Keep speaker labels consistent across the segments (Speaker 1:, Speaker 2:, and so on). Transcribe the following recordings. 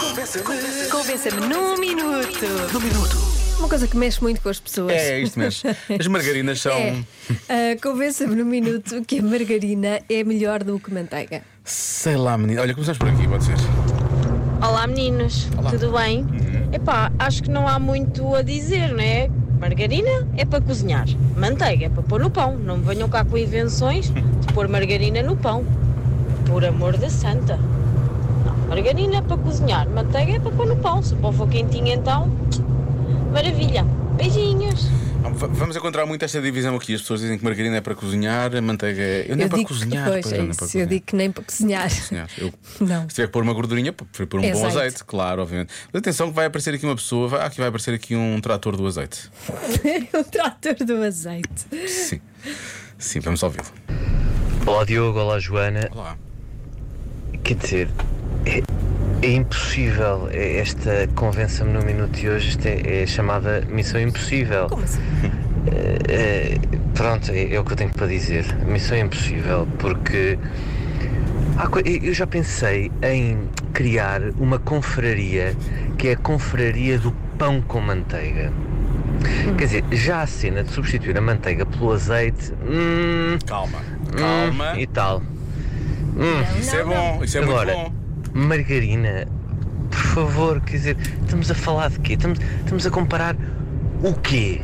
Speaker 1: Convença-me. Convença-me num minuto. Num minuto.
Speaker 2: Uma coisa que mexe muito com as pessoas.
Speaker 3: É, isto um- mesmo. As margarinas são.
Speaker 2: É. Ah, Convença-me num minuto que a margarina é melhor do que manteiga.
Speaker 3: Sei lá, menino. Olha, começamos por aqui, pode ser.
Speaker 4: Olá meninos, tudo bem? Epá, acho que não há muito a dizer, né? Margarina é para cozinhar, manteiga é para pôr no pão. Não me venham cá com invenções de pôr margarina no pão. Por amor da santa. Não, margarina é para cozinhar, manteiga é para pôr no pão. Se o pão for quentinho, então. Maravilha. Beijinhos.
Speaker 3: Ah, va- Vamos encontrar muito esta divisão aqui. As pessoas dizem que margarina é para cozinhar, a manteiga é. Eu nem para
Speaker 2: digo
Speaker 3: cozinhar,
Speaker 2: que, pois,
Speaker 3: pois,
Speaker 2: é
Speaker 3: eu nem
Speaker 2: isso,
Speaker 3: para
Speaker 2: eu
Speaker 3: cozinhar.
Speaker 2: digo que nem para cozinhar.
Speaker 3: cozinhar. Eu-
Speaker 2: Não.
Speaker 3: Se tiver que pôr uma gordurinha, prefiro pôr um
Speaker 2: É
Speaker 3: bom
Speaker 2: azeite.
Speaker 3: azeite. claro, obviamente. Mas atenção que vai aparecer aqui uma pessoa, vai, aqui vai aparecer aqui um trator do azeite.
Speaker 2: o trator do azeite.
Speaker 3: Sim. Sim, vamos ouvi-lo.
Speaker 5: Olá Diogo, olá Joana.
Speaker 3: Olá.
Speaker 5: Quer dizer, é, é impossível é, esta convença-me no minuto de hoje, esta é, é chamada Missão Impossível.
Speaker 2: Como assim?
Speaker 5: É, pronto, é, é o que eu tenho para dizer. Missão Impossível, porque há coi- eu eu já pensei em criar uma confraria que é a confraria do pão com manteiga.
Speaker 2: Hum.
Speaker 5: Quer dizer, já a cena de substituir a manteiga pelo azeite. Hum,
Speaker 3: Calma.
Speaker 5: hum,
Speaker 3: Calma.
Speaker 5: e tal. Hum.
Speaker 3: Isso é bom, isso é
Speaker 5: Agora,
Speaker 3: muito bom.
Speaker 5: margarina, por favor, quer dizer, estamos a falar de quê? Estamos, estamos a comparar o quê?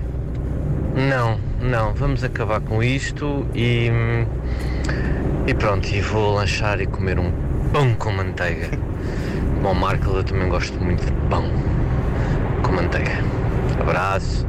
Speaker 5: Não, não, vamos acabar com isto e. E pronto, e vou lanchar e comer um pão com manteiga. Bom, Marco, eu também gosto muito de pão com manteiga. Abraço.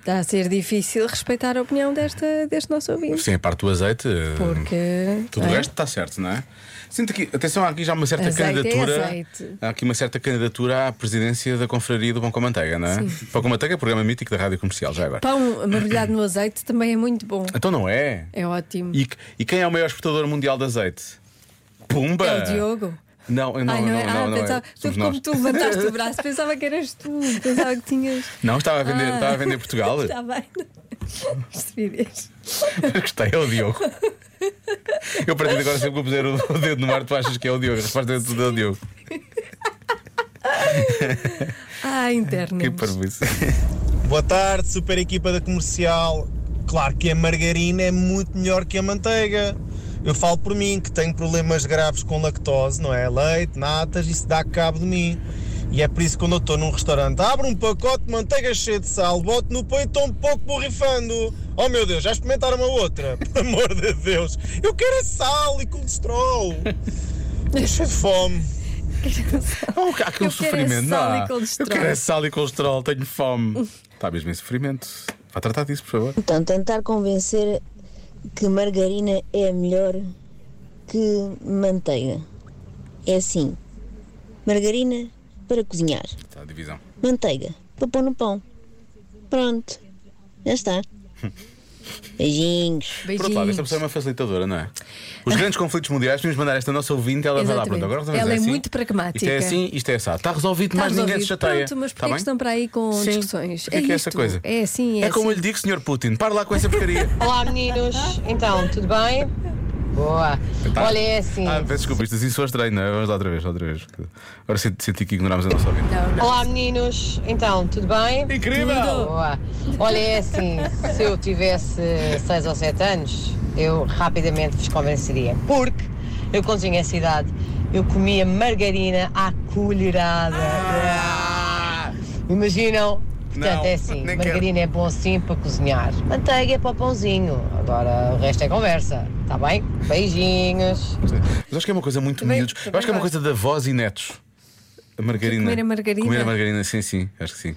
Speaker 2: Está a ser difícil respeitar a opinião desta, deste nosso ouvinte.
Speaker 3: Sim, a parte do azeite. eh,
Speaker 2: Porque.
Speaker 3: Tudo o
Speaker 2: não é?
Speaker 3: resto está certo, não é? Sinto aqui, atenção, há aqui já uma certa
Speaker 2: Azeite é
Speaker 3: candidatura.
Speaker 2: azeite.
Speaker 3: há aqui uma certa candidatura à presidência da Confraria do Pão com Manteiga, não é? Pão com Manteiga é programa mítico da Rádio Comercial, já agora.
Speaker 2: Pão mergulhado no azeite também é muito bom.
Speaker 3: Então não é?
Speaker 2: É ótimo.
Speaker 3: E, e quem é o maior exportador mundial de azeite? Pumba!
Speaker 2: É o Diogo.
Speaker 3: Não, eu não,
Speaker 2: Ai,
Speaker 3: não,
Speaker 2: não, é?
Speaker 3: não,
Speaker 2: ah,
Speaker 3: não
Speaker 2: pensava,
Speaker 3: é.
Speaker 2: tu,
Speaker 3: Somos
Speaker 2: como
Speaker 3: nós.
Speaker 2: tu levantaste o braço, pensava que eras tu, pensava que tinhas.
Speaker 3: Não, estava a vender,
Speaker 2: Ah.
Speaker 3: estava a vender Portugal.
Speaker 2: Está bem. Percebidas.
Speaker 3: Gostei, é o Diogo. Eu a partir de agora sempre que eu puser o dedo no mar, tu achas que é o Diogo. A resposta é tudo é o Diogo.
Speaker 2: Ah, interno.
Speaker 3: Que parvoíce.
Speaker 6: Boa tarde, super equipa da comercial. Claro que a margarina é muito melhor que a manteiga. Eu falo por mim que tenho problemas graves com lactose, não é? Leite, natas, isso dá cabo de mim. E é por isso que quando eu estou num restaurante, abro um pacote de manteiga cheio de sal, boto no pão e estou um pouco borrifando. Oh meu Deus, já experimentaram uma outra? Por amor de Deus, eu quero é sal e colesterol. Estou cheio de fome.
Speaker 3: Oh, há aquele
Speaker 2: Eu quero é
Speaker 3: sofrimento,
Speaker 2: sal
Speaker 3: não há?
Speaker 2: e colesterol.
Speaker 3: Eu quero é sal e colesterol, tenho fome. Está mesmo em sofrimento. Vá tratar disso, por favor.
Speaker 7: Então, tentar convencer que margarina é melhor que manteiga. É assim: margarina para cozinhar,
Speaker 3: Está a divisão.
Speaker 7: manteiga para pôr no pão. Pronto, já está. Beijinhos.
Speaker 3: Por outro lado, esta
Speaker 2: Beijinhos.
Speaker 3: pessoa é uma facilitadora, não é? Os grandes conflitos mundiais, podemos mandar esta nossa ouvinte, ela vai lá,
Speaker 2: Exatamente.
Speaker 3: pronto, agora resolvemos,
Speaker 2: Ela é
Speaker 3: assim,
Speaker 2: muito pragmática.
Speaker 3: Isto é assim, isto é assado. Está resolvido, mais
Speaker 2: Está
Speaker 3: ninguém se
Speaker 2: resolvido.
Speaker 3: chateia.
Speaker 2: Pronto, mas
Speaker 3: Está
Speaker 2: porquê que
Speaker 3: bem?
Speaker 2: estão para aí com
Speaker 3: Sim.
Speaker 2: discussões?
Speaker 3: O que é, que é essa
Speaker 2: isto.
Speaker 3: coisa?
Speaker 2: É assim, é,
Speaker 3: É como eu
Speaker 2: assim.
Speaker 3: lhe digo, Sr. Putin, para lá com essa porcaria.
Speaker 8: Olá meninos, então, tudo bem? Boa.
Speaker 3: Tá.
Speaker 8: Olha, é assim.
Speaker 3: Ah, peço desculpa, isto assim sou estranho, não é? Vamos lá outra vez, outra vez. Agora senti, senti que ignorámos a nossa ouvinte.
Speaker 2: Não, não.
Speaker 8: Olá meninos, então, tudo bem?
Speaker 3: Incrível!
Speaker 8: Boa. Olha, é assim, se eu tivesse 6 ou 7 anos, eu rapidamente vos convenceria. Porque eu, quando tinha essa idade, eu comia margarina à colherada. Imaginam? Portanto,
Speaker 3: Ah! Não,
Speaker 8: é assim,
Speaker 3: nem
Speaker 8: margarina é bom sim para cozinhar. Manteiga é para o pãozinho. Agora o resto é conversa, está bem? Beijinhos.
Speaker 3: Mas acho que é uma coisa muito
Speaker 2: Também-
Speaker 3: miúdos. Eu
Speaker 2: também
Speaker 3: acho que é uma coisa de avós e netos. A margarina.
Speaker 2: Comer a margarina.
Speaker 3: Comer a margarina, sim, sim, acho que sim.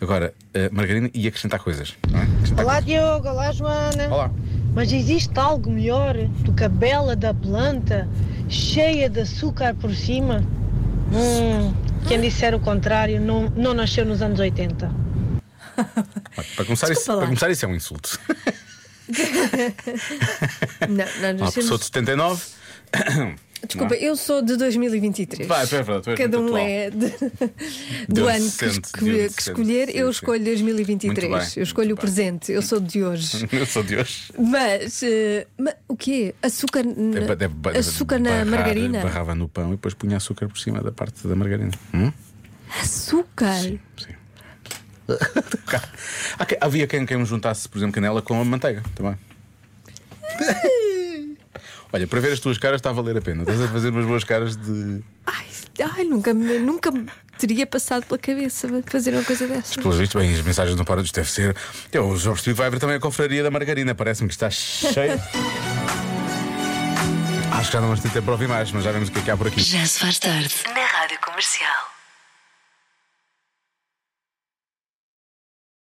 Speaker 3: Agora, a margarina e acrescentar coisas. Não é? Acrescentar
Speaker 9: Olá Diogo, olá Joana.
Speaker 3: coisas. Olá.
Speaker 9: Mas existe algo melhor do que a bela da planta cheia de açúcar por cima? Hum, quem disser o contrário não, não nasceu nos anos 80.
Speaker 3: Olha, Para começar, isso,
Speaker 2: lá.
Speaker 3: para começar, isso é um insulto.
Speaker 2: Não, não,
Speaker 3: Uma
Speaker 2: assim. nós
Speaker 3: um- pessoa de
Speaker 2: temos...
Speaker 3: 79
Speaker 2: Desculpa, eu sou de 2023.
Speaker 3: Vai, tu és verdade, tu és
Speaker 2: Cada
Speaker 3: muito
Speaker 2: um
Speaker 3: atual.
Speaker 2: é de-
Speaker 3: um
Speaker 2: do ano que,
Speaker 3: decente,
Speaker 2: esco-
Speaker 3: de
Speaker 2: que
Speaker 3: um decente.
Speaker 2: escolher. eu
Speaker 3: Sim,
Speaker 2: escolho
Speaker 3: Muito
Speaker 2: 2023.
Speaker 3: bem,
Speaker 2: Eu escolho o
Speaker 3: muito bem.
Speaker 2: presente. Eu sou de hoje.
Speaker 3: Eu sou de hoje.
Speaker 2: Mas, eh, ma- o quê? Açúcar, na-
Speaker 3: Deve- deve- deve
Speaker 2: açúcar na
Speaker 3: barrar-
Speaker 2: margarina?
Speaker 3: é Barrava no pão e depois punha açúcar por cima da parte da margarina. Hum?
Speaker 2: Açúcar?
Speaker 3: Sim. Há quem- Havia quem, quem juntasse, por exemplo, canela com a manteiga também. Olha, para ver as tuas caras está a valer a pena. Estás a fazer umas boas caras de.
Speaker 2: Ai, ai, nunca, me- nunca me teria passado pela cabeça fazer uma coisa dessa.
Speaker 3: Pelos vistos, bem, as mensagens não param disto. Deve ser. Eu já percebi que um vai haver também a confraria da margarina. Parece-me que está cheio. Acho que já não vamos ter tempo para ouvir mais, mas já vemos o que é que há por aqui.
Speaker 1: Já se faz tarde na Rádio Comercial.